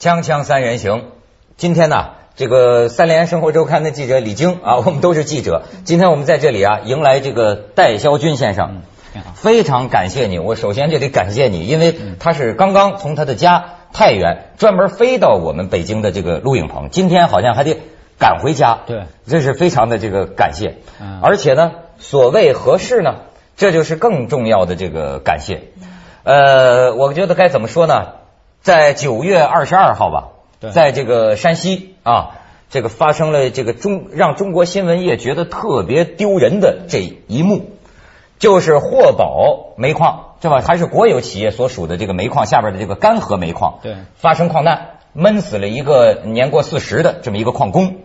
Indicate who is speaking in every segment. Speaker 1: 锵锵三人行，今天呢、这个三联生活周刊的记者李菁啊，我们都是记者。今天我们在这里啊，迎来这个戴霄军先生，
Speaker 2: 嗯
Speaker 1: 非常感谢你。我首先这里感谢你，因为
Speaker 2: 嗯
Speaker 1: 他是刚刚从他的家太原专门飞到我们北京的这个录影棚，今天好像还得赶回家。
Speaker 2: 对，
Speaker 1: 这是非常的这个感谢。
Speaker 2: 嗯
Speaker 1: 而且呢，所谓合适呢，这就是更重要的这个感谢。呃，我觉得该怎么说呢？在九月二十二号吧，
Speaker 2: 对
Speaker 1: 在这个山西啊，这个发生了这个中让中国新闻业觉得特别丢人的这一幕，就是霍宝煤矿，对吧？还是国有企业所属的这个煤矿下边的这个干河煤矿，
Speaker 2: 对
Speaker 1: 发生矿难，闷死了一个年过四十的这么一个矿工。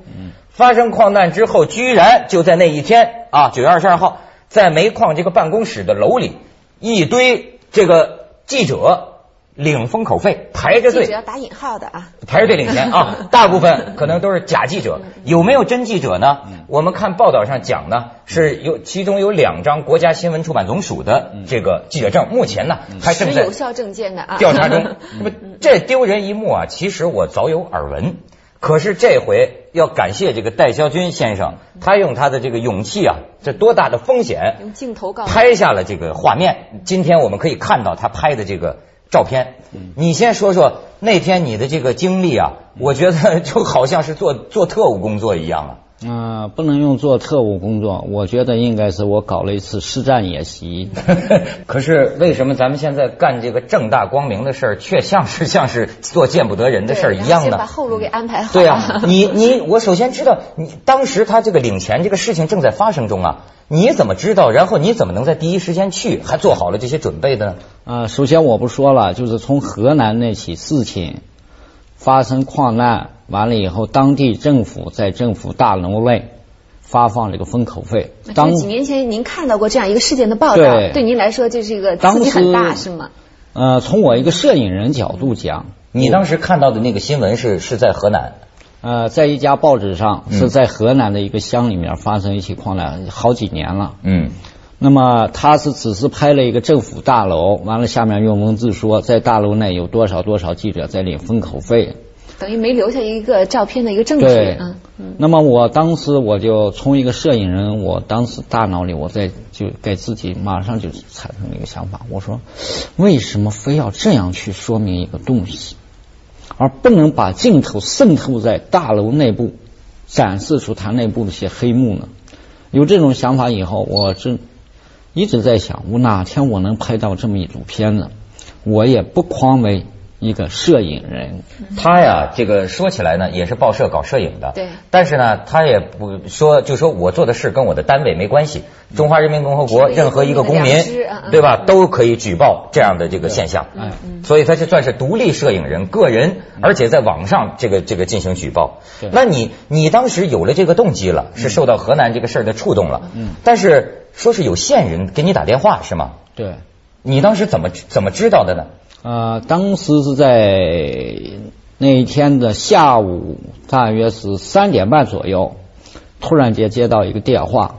Speaker 1: 发生矿难之后，居然就在那一天啊，九月二十二号，在煤矿这个办公室的楼里，一堆这个记者领封口费，排着
Speaker 3: 记者
Speaker 1: 队
Speaker 3: 要打引号 的啊，
Speaker 1: 排着队领钱 啊，大部分可能都是假记者，有没有真记者呢？
Speaker 3: 嗯
Speaker 1: 我们看报道上讲呢，是有其中有两张国家新闻出版总署的这个记者证，目前呢还
Speaker 3: 持
Speaker 1: 正在
Speaker 3: 嗯有效证件的啊，
Speaker 1: 调查中。那么这丢人一幕啊，其实我早有耳闻，可是这回要感谢这个戴霄军先生，他用他的这个勇气啊，这多大的风险，
Speaker 3: 用镜头告诉
Speaker 1: 拍下了这个画面。今天我们可以看到他拍的这个照片。你先说说那天你的这个经历啊，我觉得就好像是做做特务工作一样啊。
Speaker 2: 嗯、不能用做特务工作，我觉得应该是我搞了一次实战演习。
Speaker 1: 可是为什么咱们现在干这个正大光明的事儿，却像是像是做见不得人的事儿一样
Speaker 3: 对然后
Speaker 1: 呢
Speaker 3: 先把？后路给安排好。
Speaker 1: 对 啊，你你我首先知道你当时他这个领钱这个事情正在发生中啊，你怎么知道？然后你怎么能在第一时间去，还做好了这些准备的呢？
Speaker 2: 啊、首先我不说了，就是从河南那起事情发生矿难，完了以后，当地政府在政府大楼内发放了一个封口费
Speaker 3: 那。
Speaker 2: 当
Speaker 3: 这几年前您看到过这样一个事件的报道，
Speaker 2: 对
Speaker 3: 对您来说这是一个刺
Speaker 2: 当
Speaker 3: 激
Speaker 2: 时
Speaker 3: 很大，是吗？？
Speaker 2: 呃，从我一个摄影人角度讲，
Speaker 1: 你当时看到的那个新闻是是在河南，
Speaker 2: 呃，在一家报纸上
Speaker 1: 嗯
Speaker 2: 是在河南的一个乡里面发生一起矿难，好几年了。
Speaker 1: 嗯，
Speaker 2: 那么他是只是拍了一个政府大楼，完了下面用文字说，在大楼内有多少多少记者在领封口费。
Speaker 3: 等于没留下一个照片的一个证据
Speaker 2: 对
Speaker 3: 啊，嗯，
Speaker 2: 那么我当时我就从一个摄影人，我当时大脑里我在就给自己马上就产生了一个想法，我说为什么非要这样去说明一个东西，而不能把镜头渗透在大楼内部，展示出它内部的一些黑幕呢？有这种想法以后，我这一直在想，我哪天我能拍到这么一组片子，我也不光为一个摄影人。
Speaker 1: 他呀，这个说起来呢，也是报社搞摄影的，
Speaker 3: 对
Speaker 1: 但是呢，他也不说，就说我做的事跟我的单位没关系。中华人民共和国
Speaker 3: 是
Speaker 1: 任嗯何一个公民嗯
Speaker 3: 良知啊，啊
Speaker 1: 对吧，都可以举报这样的这个现象。
Speaker 2: 哎
Speaker 1: 所以他是算是独立摄影人，个人，而且在网上这个这个进行举报
Speaker 2: 对。
Speaker 1: 那你你当时有了这个动机了，是受到河南这个事儿的触动了。嗯，但是说是有线人给你打电话是吗？
Speaker 2: 对。
Speaker 1: 你当时怎么怎么知道的呢？
Speaker 2: 呃，当时是在那一天的下午，大约是三点半左右，突然间接到一个电话，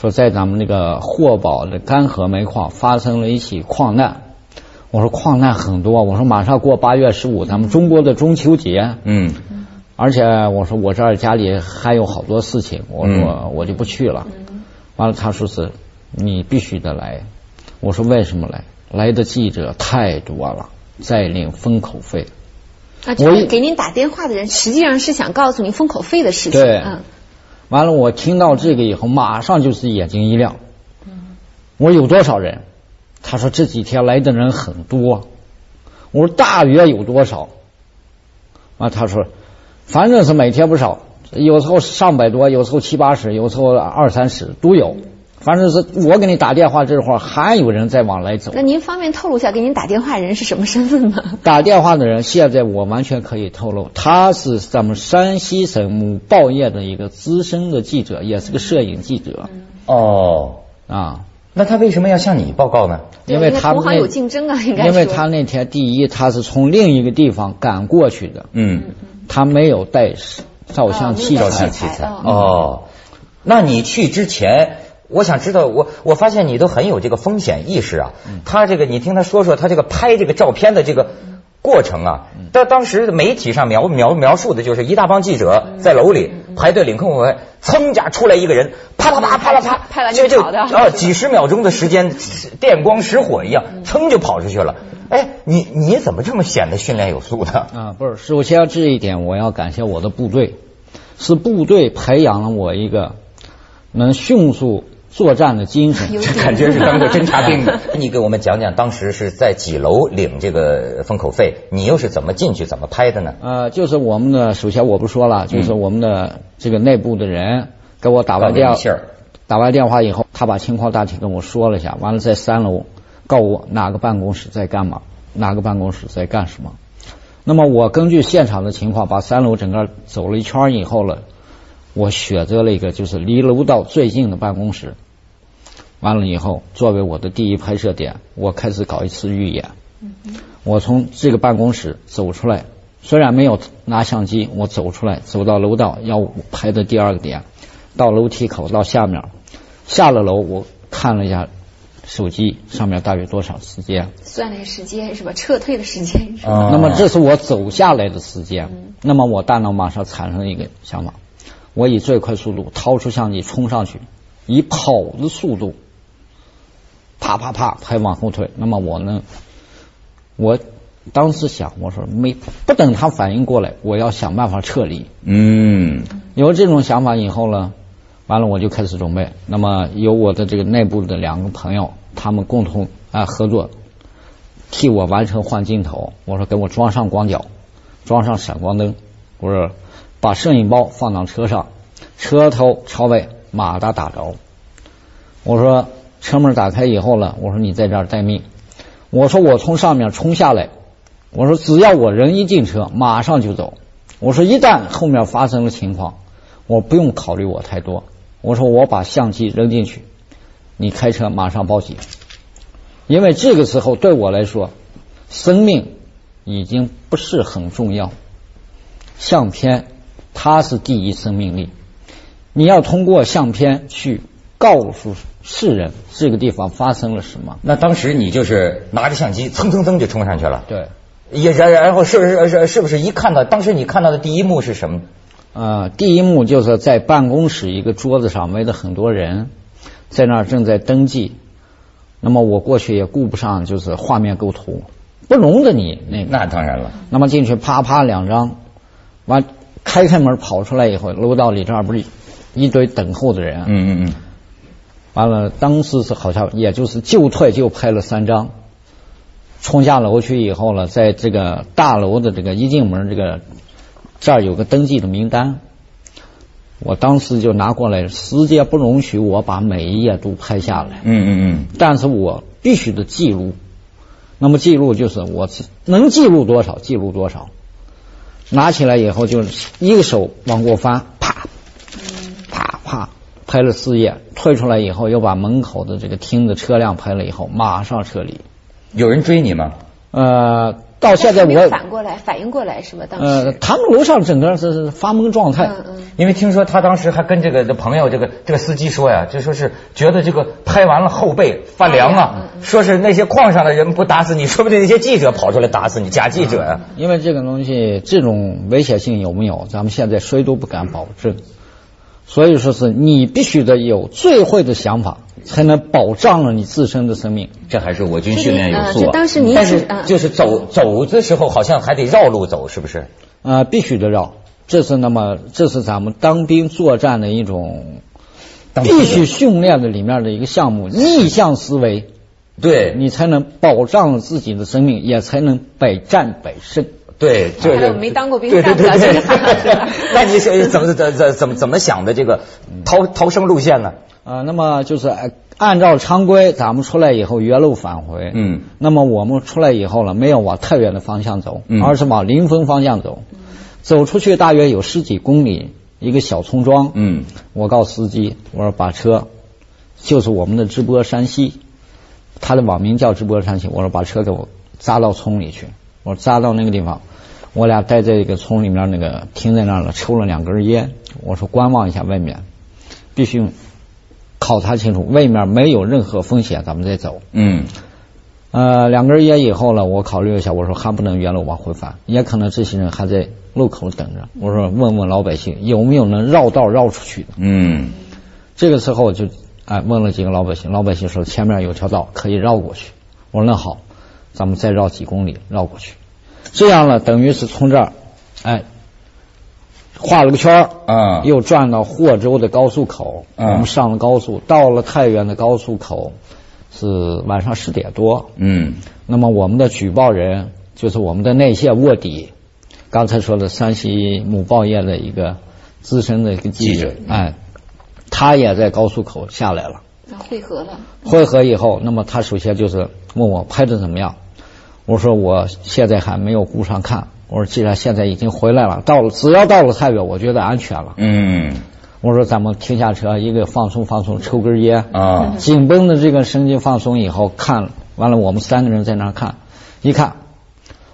Speaker 2: 说在咱们那个霍宝的干河煤矿发生了一起矿难。我说矿难很多，我说马上过八月十五，咱们中国的中秋节，
Speaker 1: 嗯
Speaker 2: 而且我说我这儿家里还有好多事情，我说我就不去了。完了，他说是你必须得来。我说为什么来？来的记者太多了，再领封口费。
Speaker 3: 啊，就
Speaker 2: 我
Speaker 3: 是给您打电话的人实际上是想告诉您封口费的事情，
Speaker 2: 对
Speaker 3: 嗯，
Speaker 2: 完了，我听到这个以后，马上就是眼睛一亮。我有多少人？他说这几天来的人很多。我说大约有多少？啊，他说反正是每天不少，有时候上百多，有时候七八十，有时候二三十都有。反正是我给你打电话这会儿，还有人在往来走
Speaker 3: 那。您方便透露一下给您打电话人是什么身份吗？
Speaker 2: 打电话的人，现在我完全可以透露，他是咱们山西省某报业的一个资深的记者，也是个摄影记者。
Speaker 1: 哦，
Speaker 2: 啊，
Speaker 1: 那他为什么要向你报告呢？
Speaker 3: 对
Speaker 2: 因为
Speaker 3: 因为
Speaker 2: 他
Speaker 3: 同行
Speaker 2: 那
Speaker 3: 有竞争啊应该
Speaker 2: 因为
Speaker 3: 说
Speaker 2: 他那天第一，他是从另一个地方赶过去的，
Speaker 1: 嗯，
Speaker 2: 他没有带照相器
Speaker 3: 啊哦没有带
Speaker 2: 材。
Speaker 3: 器材哦
Speaker 1: 哦，那你去之前，我想知道，我我发现你都很有这个风险意识啊。他这个，你听他说说他这个拍这个照片的这个。过程啊，但当时媒体上描描描述的就是一大帮记者
Speaker 3: 嗯
Speaker 1: 在楼里排队领控股权，噌家出来一个人，啪啦啪啪啦啪，
Speaker 3: 嗯拍完
Speaker 1: 就
Speaker 3: 就
Speaker 1: 就
Speaker 3: 跑的
Speaker 1: 啊几十秒钟的时间，电光石火一样，噌就跑出去了。
Speaker 3: 嗯
Speaker 1: 哎，你你怎么这么显得训练有素呢？
Speaker 2: 啊，不是，首先这一点我要感谢我的部队，是部队培养了我一个能迅速作战的精神
Speaker 3: 有。
Speaker 1: 这 感觉是当过侦察 兵 的。你给我们讲讲当时是在几楼领这个封口费，你又是怎么进去、怎么拍的呢？
Speaker 2: 呃，就是我们的，首先我不说了，就是
Speaker 1: 嗯
Speaker 2: 我们的这个内部的人给我打完
Speaker 1: 告
Speaker 2: 电
Speaker 1: 诉你信儿
Speaker 2: 打完电话以后，他把情况大体跟我说了一下，完了在三楼告我哪个办公室在干嘛，哪个办公室在干什么。那么我根据现场的情况，把三楼整个走了一圈以后了，我选择了一个就是离楼道最近的办公室。完了以后，作为我的第一拍摄点，我开始搞一次预演。我从这个办公室走出来，虽然没有拿相机，我走出来，走到楼道要拍的第二个点，到楼梯口到下面，下了楼我看了一下手机上面大约多少时间，
Speaker 3: 算那个时间是吧？撤退的时间是吧？
Speaker 1: 啊
Speaker 2: 那么这是我走下来的时间，那么我大脑马上产生了一个想法，我以最快速度掏出相机冲上去，以跑的速度，啪啪啪拍往后退。那么我呢，我当时想，我说没不等他反应过来，我要想办法撤离。
Speaker 1: 嗯，
Speaker 2: 有了这种想法以后呢，完了我就开始准备。那么由我的这个内部的两个朋友，他们共同啊、合作，替我完成换镜头。我说给我装上广角，装上闪光灯，我说把摄影包放到车上，车头朝外，马达打着。我说车门打开以后了，我说你在这儿待命。我说我从上面冲下来，我说只要我人一进车，马上就走。我说一旦后面发生了情况，我不用考虑我太多。我说我把相机扔进去，你开车马上报警，因为这个时候对我来说，生命已经不是很重要。相片它是第一生命力，你要通过相片去告诉世人这个地方发生了什么。
Speaker 1: 那当时你就是拿着相机蹭蹭蹭就冲上去了，
Speaker 2: 对，
Speaker 1: 也然然后是是是是不是一看到当时你看到的第一幕是什么？
Speaker 2: 呃，第一幕就是在办公室一个桌子上围着很多人，在那儿正在登记。那么我过去也顾不上就是画面构图，不容得你那个。
Speaker 1: 那当然了，
Speaker 2: 那么进去啪啪两张，完开开门跑出来以后，楼道里这儿不是一堆等候的人，啊
Speaker 1: 嗯嗯嗯，
Speaker 2: 完了，当时是好像也就是就退就拍了三张，冲下楼去以后了，在这个大楼的这个一进门这个这儿有个登记的名单，我当时就拿过来，世界不容许我把每一页都拍下来，
Speaker 1: 嗯嗯
Speaker 2: 但是我必须得记录。那么记录就是我自能记录多少，记录多少。拿起来以后就是一个手往过翻，啪，啪啪拍了四页，退出来以后又把门口的这个厅的车辆拍了以后，马上撤离。
Speaker 1: 嗯，有人追你吗？
Speaker 2: 呃，
Speaker 1: 哦
Speaker 2: 到现在
Speaker 3: 但是没有
Speaker 2: 我
Speaker 3: 反过来，反应过来是吧？当
Speaker 2: 呃，
Speaker 3: 时，
Speaker 2: 他们楼上整个是是发懵状态。
Speaker 3: 嗯嗯，
Speaker 1: 因为听说他当时还跟这个朋友，这个这个司机说呀，就说是觉得这个拍完了后背发凉
Speaker 3: 嗯
Speaker 1: 啊，说是那些矿上的人不打死你，说不定那些记者跑出来打死你，假记者啊呀、
Speaker 3: 嗯
Speaker 2: 因为这个东西，这种危险性有没有，咱们现在谁都不敢保证。所以说是你必须得有最坏的想法，才能保障了你自身的生命。
Speaker 1: 这还是我军训练有素、
Speaker 3: 这个啊这当时你
Speaker 1: 但是
Speaker 3: 嗯
Speaker 1: 就是走走的时候，好像还得绕路走，是不是？
Speaker 2: 呃，必须得绕。这是那么，这是咱们当兵作战的一种
Speaker 1: 当兵
Speaker 2: 必须训练的里面的一个项目，逆向思维，
Speaker 1: 对，
Speaker 2: 你才能保障了自己的生命，也才能百战百胜。
Speaker 1: 对，这
Speaker 3: 看来
Speaker 1: 个
Speaker 3: 我没当过兵
Speaker 1: 对对对
Speaker 3: 干不
Speaker 1: 对
Speaker 3: 了这行
Speaker 1: 那你是怎么怎怎怎么怎么想的这个嗯逃逃生路线呢？
Speaker 2: 呃，那么就是呃按照常规，咱们出来以后原路返回。
Speaker 1: 嗯，
Speaker 2: 那么我们出来以后了，没有往太原的方向走，
Speaker 1: 嗯
Speaker 2: 而是往临汾方向走。走出去大约有十几公里，一个小村庄。
Speaker 1: 嗯，
Speaker 2: 我告司机，我说把车，就是我们的直播山西，他的网名叫直播山西。我说把车给我扎到村里去，我扎到那个地方，我俩待在一个村里面那个停在那儿了，抽了两根烟。我说观望一下外面，必须考察清楚，外面没有任何风险，咱们再走。
Speaker 1: 嗯，
Speaker 2: 呃，两根烟以后呢，我考虑了一下，我说还不能原路往回返，也可能这些人还在路口等着。我说问问老百姓有没有能绕道绕出去的。
Speaker 1: 嗯，
Speaker 2: 这个时候我就哎问了几个老百姓，老百姓说前面有条道可以绕过去。我说那好，咱们再绕几公里绕过去。这样呢，等于是从这儿哎画了个圈儿，
Speaker 1: 啊
Speaker 2: 又转到霍州的高速口，
Speaker 1: 嗯
Speaker 2: 我们上了高速，到了太原的高速口是晚上十点多。
Speaker 1: 嗯，
Speaker 2: 那么我们的举报人就是我们的内线卧底，刚才说的山西某报业的一个资深的一个记
Speaker 1: 记
Speaker 2: 者
Speaker 1: 者，
Speaker 2: 哎，他也在高速口下来了。
Speaker 3: 那汇合了，
Speaker 2: 汇合以后，那么他首先就是问我拍的怎么样，我说我现在还没有顾上看，我说既然现在已经回来了，到了只要到了太原，我觉得安全了。
Speaker 1: 嗯，
Speaker 2: 我说咱们停下车，一个放松放松，抽根烟
Speaker 1: 啊
Speaker 2: 紧绷的这个神经放松以后，看完了，我们三个人在那儿看，一看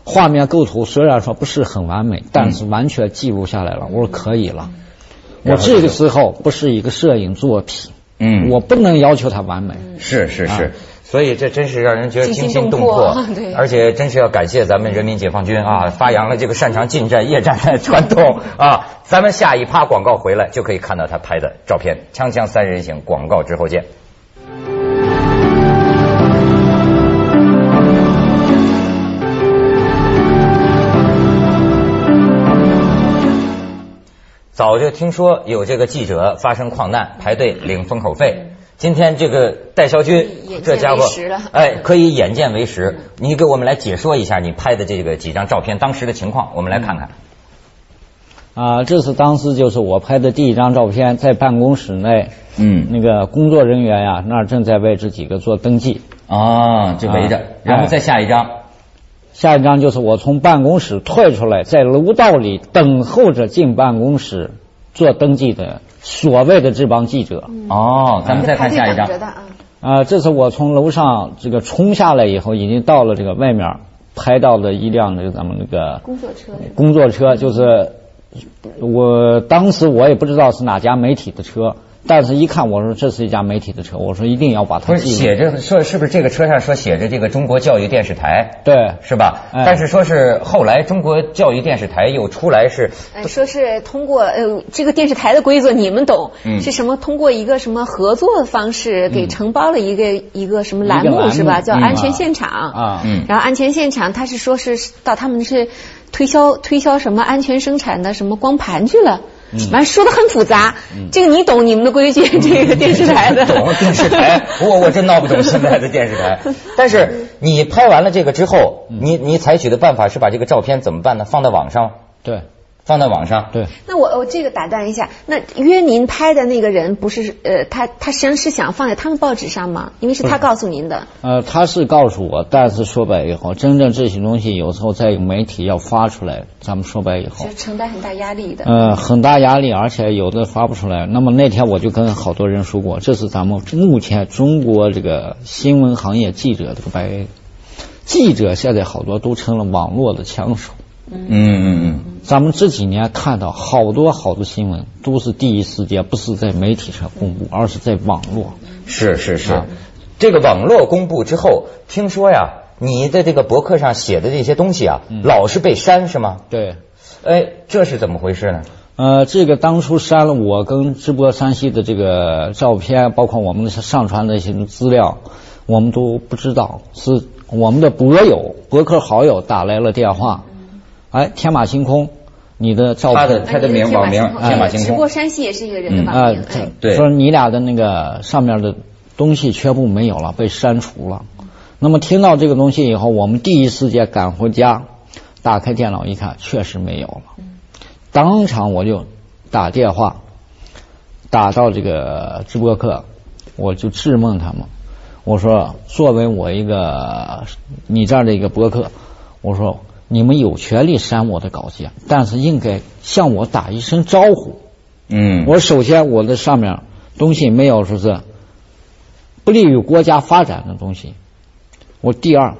Speaker 2: 画面构图虽然说不是很完美，但是完全记录下来了。我说可以了，我
Speaker 1: 然后就
Speaker 2: 这个时候不是一个摄影作品，
Speaker 1: 嗯
Speaker 2: 我不能要求它完美。
Speaker 1: 是是
Speaker 2: 啊
Speaker 1: 是，所以这真是让人觉得惊
Speaker 3: 惊心
Speaker 1: 心动
Speaker 3: 动
Speaker 1: 魄
Speaker 3: 魄， 对嗯
Speaker 1: 而且真是要感谢咱们人民解放军啊，发扬了这个擅长近战、夜战的传统啊。咱们下一趴广告回来就可以看到他拍的照片，《锵锵三人行》广告之后见。早就听说有这个记者发生矿难，排队领封口费。今天这个戴肖军
Speaker 3: 嗯眼见
Speaker 1: 这家伙
Speaker 3: 为实了，
Speaker 1: 哎，可以眼见为实。你给我们来解说一下你拍的这个几张照片当时的情况，我们来看看。
Speaker 2: 啊、这是当时就是我拍的第一张照片，在办公室内，
Speaker 1: 嗯，
Speaker 2: 那个工作人员呀、那儿正在为这几个做登记。
Speaker 1: 啊，就围着，
Speaker 2: 啊
Speaker 1: 然后再下一张。
Speaker 2: 下一张就是我从办公室退出来，在楼道里等候着进办公室做登记的所谓的这帮记者。
Speaker 3: 嗯
Speaker 1: 哦，咱们再看下一张
Speaker 3: 排队等着。的啊，
Speaker 2: 啊、这是我从楼上这个冲下来以后，已经到了这个外面，拍到的一辆这个咱们那个
Speaker 3: 工作车
Speaker 2: 工作车，就是我当时我也不知道是哪家媒体的车，但是一看我说这是一家媒体的车，我说一定要把它
Speaker 1: 不是
Speaker 2: 记录
Speaker 1: 写着说是不是这个车上说写着这个中国教育电视台
Speaker 2: 对
Speaker 1: 是吧？
Speaker 2: 哎
Speaker 1: 但是说是后来中国教育电视台又出来是
Speaker 3: 哎，说是通过呃这个电视台的规则你们懂，
Speaker 1: 嗯
Speaker 3: 是什么？通过一个什么合作的方式给承包了一个、一个什么
Speaker 2: 一
Speaker 3: 栏
Speaker 2: 个栏
Speaker 3: 目
Speaker 2: 目
Speaker 3: 是吧？叫
Speaker 2: 嗯
Speaker 3: 安全现场
Speaker 2: 啊
Speaker 1: 嗯
Speaker 3: 然后安全现场，他是说是到他们是推销推销什么安全生产的什么光盘去了。
Speaker 1: 嗯
Speaker 3: 完说的很复杂，这个你懂你们的规矩，这个电视台 的
Speaker 1: 懂电视台，我我真闹不懂现在的电视台。但是你拍完了这个之后，你你采取的办法是把这个照片怎么办呢？放到网上，
Speaker 2: 对
Speaker 1: 放到网上。
Speaker 2: 对。
Speaker 3: 那我我这个打断一下，那约您拍的那个人不是呃，他他实际上是想放在他们报纸上吗？因为是
Speaker 1: 嗯
Speaker 3: 他告诉您的。
Speaker 2: 呃，他是告诉我，但是说白以后，真正这些东西有时候在媒体要发出来，咱们说白以后
Speaker 3: 就，承担很大压力
Speaker 1: 嗯
Speaker 3: 的。
Speaker 2: 呃，很大压力，而且有的发不出来。那么那天我就跟好多人说过，这是咱们目前中国这个新闻行业记者这个白，记者现在好多都成了网络的枪手。
Speaker 1: 嗯嗯
Speaker 2: 咱们这几年看到好多好多新闻都是第一时间不是在媒体上公布，而是在网络。
Speaker 1: 嗯，是是是
Speaker 2: 啊。
Speaker 1: 这个网络公布之后，听说呀，你的这个博客上写的这些东西啊，老是被删是吗？
Speaker 2: 对，
Speaker 1: 哎，这是怎么回事呢？
Speaker 2: 呃，这个当初删了我跟直播山西的这个照片，包括我们上传的一些资料，我们都不知道，是我们的博友、博客好友打来了电话，哎，天马行空，你的照
Speaker 1: 他
Speaker 2: 片，
Speaker 1: 的他的名网名天马行
Speaker 3: 直
Speaker 1: 空嗯
Speaker 3: 播。呃山西也是一个人的网
Speaker 2: 啊
Speaker 3: 名，哎，
Speaker 1: 对
Speaker 2: 说你俩的那个上面的东西全部没有了，被删除了。那么听到这个东西以后，我们第一时间赶回家，打开电脑一看，确实没有了。当场我就打电话打到这个直播课，我就质问他们，我说作为我一个你这样的一个播客，我说你们有权利删我的稿件，但是应该向我打一声招呼。
Speaker 1: 嗯
Speaker 2: 我首先我的上面东西没有说是不利于国家发展的东西。我第二，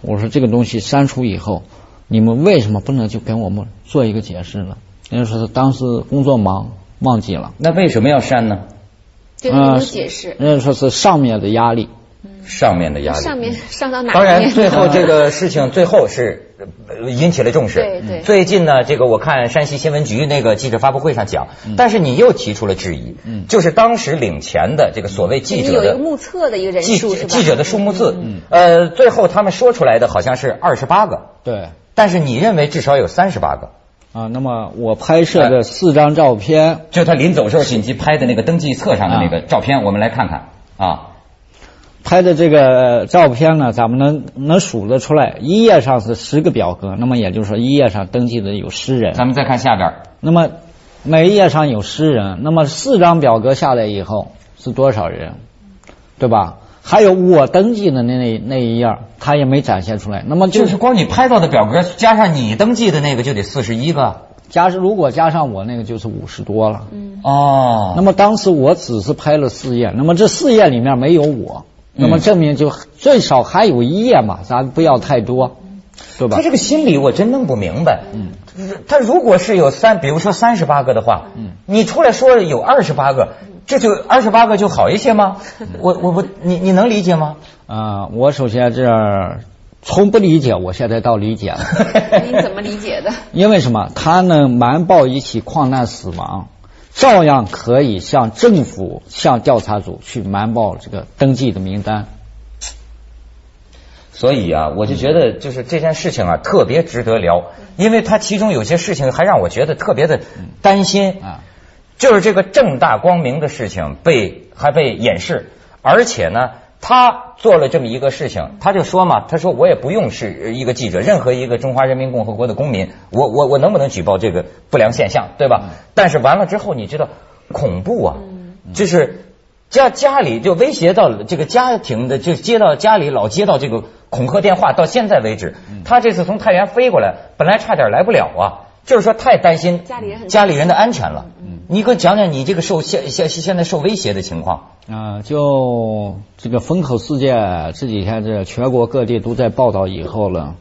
Speaker 2: 我说这个东西删除以后，你们为什么不能就给我们做一个解释呢？人家说是当时工作忙忘记了，
Speaker 1: 那为什么要删呢？
Speaker 3: 对，没有
Speaker 2: 呃
Speaker 3: 解释。
Speaker 2: 人家说是上面的压力，
Speaker 1: 上面的压力。嗯
Speaker 3: 上面上到哪
Speaker 1: 当然，
Speaker 3: 面
Speaker 1: 最后这个事情最后是呃引起了重视。
Speaker 3: 对对
Speaker 1: 最近呢，这个我看山西新闻局那个记者发布会上讲，但是你又提出了质疑，
Speaker 2: 嗯
Speaker 1: 就是当时领钱的这个所谓记
Speaker 3: 你
Speaker 1: 者
Speaker 3: 嗯有一个
Speaker 1: 的
Speaker 3: 目测的一个人
Speaker 1: 记
Speaker 3: 数是吧？
Speaker 1: 记者的数目字，呃，最后他们说出来的好像是二十八个，
Speaker 2: 对
Speaker 1: 但是你认为至少有三十八个，
Speaker 2: 啊，那么我拍摄的四张照片，
Speaker 1: 就他临走时候紧急拍的那个登记册上的那个照片，我们来看看啊，
Speaker 2: 拍的这个照片呢，咱们能能数得出来，一页上是十个表格，那么也就是说一页上登记的有十人，
Speaker 1: 咱们再看下边儿，
Speaker 2: 那么每一页上有十人，那么四张表格下来以后是多少人，对吧？还有我登记的那那那一页儿，他也没展现出来。那么就
Speaker 1: 嗯就是是光你拍到的表格加上你登记的那个就得四十一个
Speaker 2: 加如果加上我那个就是五十多了。
Speaker 1: 哦
Speaker 2: 那么当时我只是拍了四页，那么这四页里面没有我，那么证明就最少还有一页嘛，咱不要太多，对吧
Speaker 1: 他？这个心理我真弄不明白。嗯，他如果是有三，比如说三十八个的话，嗯，你出来说有二十八个，这就二十八个就好一些吗？我我我，你你能理解吗？
Speaker 2: 啊、我首先这儿从不理解，我现在到理解了。
Speaker 3: 您怎么理 解的？
Speaker 2: 因为什么？他们瞒报一起矿难死亡，照样可以向政府、向调查组去瞒报这个登记的名单。
Speaker 1: 所以啊，我就觉得就是这件事情啊，特别值得聊，因为它其中有些事情还让我觉得特别的担心
Speaker 2: 啊。
Speaker 1: 就是这个正大光明的事情被还被掩饰，而且呢，他做了这么一个事情，他就说嘛，他说我也不用是一个记者，任何一个中华人民共和国的公民，我我我能不能举报这个不良现象，对
Speaker 3: 嗯
Speaker 1: 吧？但是完了之后，你知道恐怖啊，就是家家里就威胁到了这个家庭的，就接到家里老接到这个恐吓电话，到现在为止，
Speaker 3: 嗯
Speaker 1: 他这次从太原飞过来，本来差点来不了啊，就是说太担心
Speaker 3: 家里人很
Speaker 1: 家里人的安全了。你给我讲讲你这个受现现现在受威胁的情况。
Speaker 2: 啊、就这个风口事件这几天，这全国各地都在报道以后了，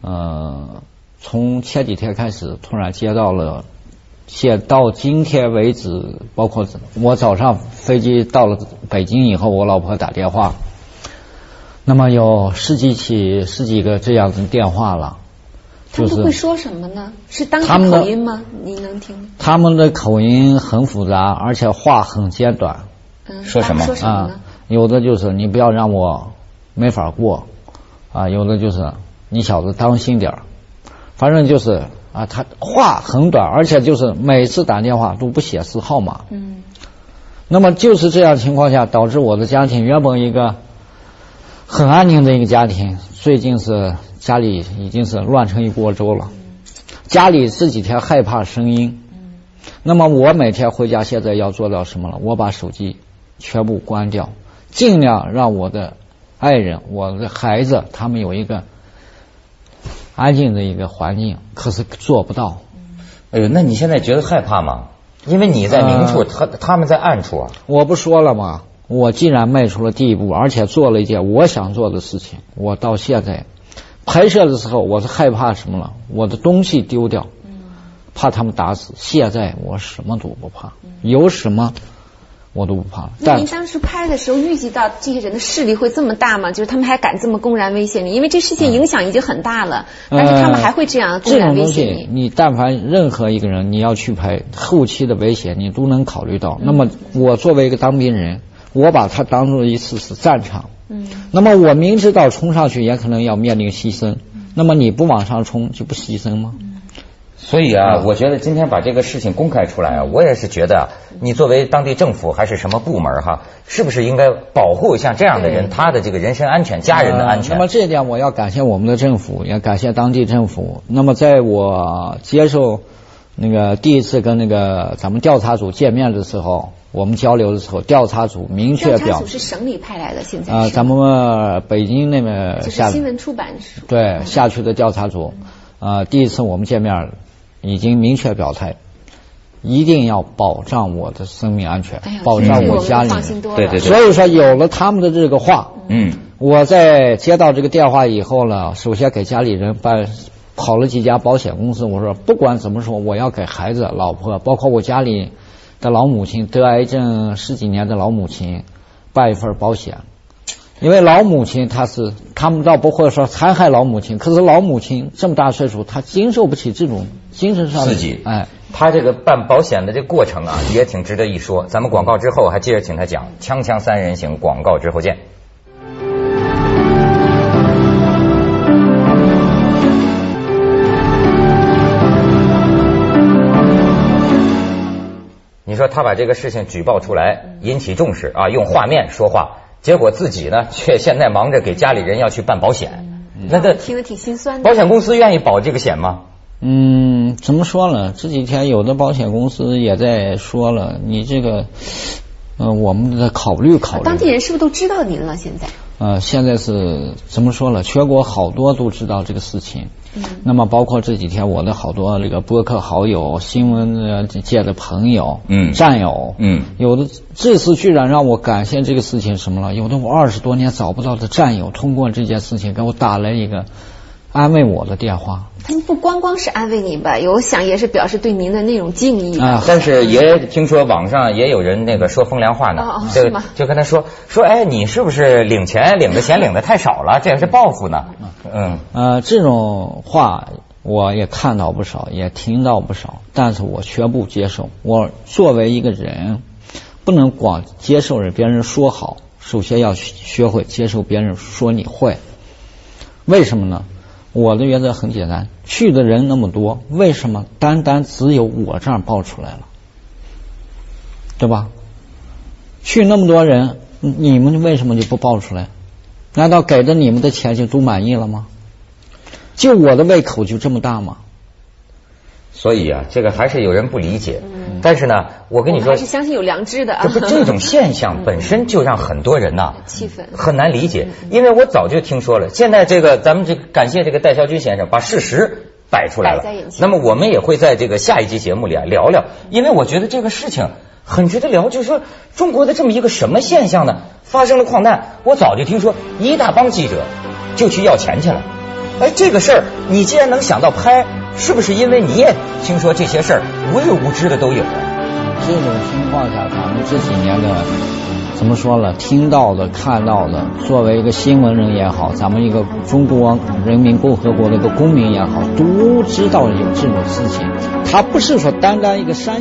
Speaker 2: 呃，从前几天开始，突然接到了，现到今天为止，包括我早上飞机到了北京以后，我老婆打电话，那么有十几起、十几个这样子电话了，
Speaker 3: 他
Speaker 2: 就
Speaker 3: 们都会
Speaker 2: 是
Speaker 3: 说什么呢？是当
Speaker 2: 他们
Speaker 3: 地
Speaker 2: 的
Speaker 3: 口音吗？您能听吗？
Speaker 2: 他们的口音很复杂，而且话很简短。
Speaker 3: 嗯，
Speaker 1: 说什么
Speaker 3: 他们说什么
Speaker 2: 啊
Speaker 3: 呢？，
Speaker 2: 有的就是你不要让我没法过，啊，有的就是你小子当心点儿，反正就是啊，他话很短，而且就是每次打电话都不显示号码，
Speaker 3: 嗯，
Speaker 2: 那么就是这样情况下，导致我的家庭原本一个很安宁的一个家庭，最近是家里已经是乱成一锅粥了。家里这几天害怕声音，那么我每天回家现在要做到什么了？我把手机全部关掉，尽量让我的爱人、我的孩子他们有一个安静的一个环境，可是做不到。
Speaker 1: 哎呦，那你现在觉得害怕吗？啊因为你在明处，他他们在暗处啊。
Speaker 2: 我不说了吗？我既然迈出了第一步，而且做了一件我想做的事情，我到现在拍摄的时候，我是害怕什么了？我的东西丢掉，
Speaker 3: 嗯
Speaker 2: 怕他们打死。现在我什么都不怕，有什么我都不怕了。
Speaker 3: 嗯那
Speaker 2: 但
Speaker 3: 您当时拍的时候预计到这些人的势力会这么大吗？就是他们还敢这么公然威胁你？因为这事
Speaker 2: 嗯
Speaker 3: 情影响已经很大了，但是他们还会这样
Speaker 2: 呃
Speaker 3: 公
Speaker 2: 这
Speaker 3: 然
Speaker 2: 种
Speaker 3: 威
Speaker 2: 东
Speaker 3: 胁
Speaker 2: 西
Speaker 3: 你，？
Speaker 2: 你但凡任何一个人，你要去拍后期的威胁，你都能考虑
Speaker 3: 嗯
Speaker 2: 到。那么我作为一个当兵人，我把它当做一次是战场。
Speaker 3: 嗯，
Speaker 2: 那么我明知道冲上去也可能要面临牺牲，
Speaker 3: 嗯
Speaker 2: 那么你不往上冲就不牺牲吗？
Speaker 1: 嗯所以啊，我觉得今天把这个事情公开出来啊，我也是觉得啊，你作为当地政府还是什么部门哈，是不是应该保护像这样的人，他的这个人身安全、家人的安
Speaker 2: 呃
Speaker 1: 全
Speaker 2: 那？么这一点我要感谢我们的政府，也感谢当地政府。那么在我接受那个第一次跟那个咱们调查组见面的时候，我们交流的时候，调查组明确
Speaker 3: 调查
Speaker 2: 表
Speaker 3: 组是省里派来的，现在
Speaker 2: 啊、
Speaker 3: 是
Speaker 2: 咱们呃北京那边
Speaker 3: 就是
Speaker 2: 下
Speaker 3: 新闻出版署。
Speaker 2: 对下去的调查组，呃，第一次我们见面已经明确表态，一定要保障我的生命安全
Speaker 3: 哎呀，，
Speaker 2: 保
Speaker 3: 这
Speaker 2: 障
Speaker 3: 个
Speaker 2: 我
Speaker 3: 们
Speaker 2: 家里
Speaker 3: 放心
Speaker 2: 人。
Speaker 3: 多了。
Speaker 1: 对对对
Speaker 2: 所以说，有了他们的这个话，
Speaker 1: 嗯，
Speaker 2: 我在接到这个电话以后呢，首先给家里人办跑了几家保险公司，我说不管怎么说，我要给孩子、老婆，包括我家里的老母亲得癌症十几年的老母亲办一份保险，因为老母亲她是，他们倒不会说残害老母亲，可是老母亲这么大岁数，她经受不起这种精神上的
Speaker 1: 刺激
Speaker 2: 哎，
Speaker 1: 他这个办保险的这过程啊，也挺值得一说。咱们广告之后还接着请他讲《锵锵三人行》，广告之后见。你说他把这个事情举报出来，引起重视啊，用画面说话，结果自己呢却现在忙着给家里人要去办保险，那个
Speaker 3: 听得挺心酸的。
Speaker 1: 保险公司愿意保这个险吗？
Speaker 2: 嗯，怎么说呢？这几天有的保险公司也在说了，你这个，呃，我们得考虑考虑。
Speaker 3: 当地人是不是都知道您了？现在
Speaker 2: 呃，现在是怎么说了？全国好多都知道这个事情。
Speaker 3: 嗯
Speaker 2: 那么包括这几天我的好多这个播客好友、新闻呃界的朋友、
Speaker 1: 嗯
Speaker 2: 战友，
Speaker 1: 嗯
Speaker 2: 有的这次居然让我感谢这个事情什么了？有的我二十多年找不到的战友，通过这件事情给我打了一个安慰我的电话。
Speaker 3: 他们不光光是安慰您吧，有想也是表示对您的那种敬意。
Speaker 2: 啊
Speaker 1: 但是也听说网上也有人那个说风凉话呢，
Speaker 3: 哦哦
Speaker 1: 就是
Speaker 3: 吗
Speaker 1: 就跟他说说，哎，你是不是领钱领的钱领的太少了？这也是报复呢。嗯，
Speaker 2: 呃，这种话我也看到不少，也听到不少，但是我绝不接受。我作为一个人，不能光接受人别人说好，首先要学学会接受别人说你坏。为什么呢？我的原则很简单，去的人那么多，为什么单单只有我这儿爆出来了？对吧？去那么多人，你你们为什么就不报出来？难道给的你们的钱就都满意了吗？就我的胃口就这么大吗？
Speaker 1: 所以啊，这个还是有人不理解。但是呢，我跟你
Speaker 3: 嗯我
Speaker 1: 说
Speaker 3: 还，是相信有良知的啊
Speaker 1: 这。不这种现象本身就让很多人呐、
Speaker 3: 气愤
Speaker 1: 很难理
Speaker 3: 嗯
Speaker 1: 解，因为我早就听说了。现在这个咱们这个感谢这个戴孝军先生把事实摆出来了
Speaker 3: 摆在眼。前
Speaker 1: 那么我们也会在这个下一期节目里啊聊聊，因为我觉得这个事情很值得啊聊，就是说中国的这么一个什么现象呢？发生了矿难，我早就听说一大帮记者就去要钱去了。哎，这个事儿你既然能想到拍，是不是因为你也听说这些事儿无日无之的都有啊？
Speaker 2: 这种情况下，咱们这几年的怎么说了？听到的、看到的，作为一个新闻人也好，咱们一个中国人民共和国的一个公民也好，都知道有这种事情。它不是说单单一个山。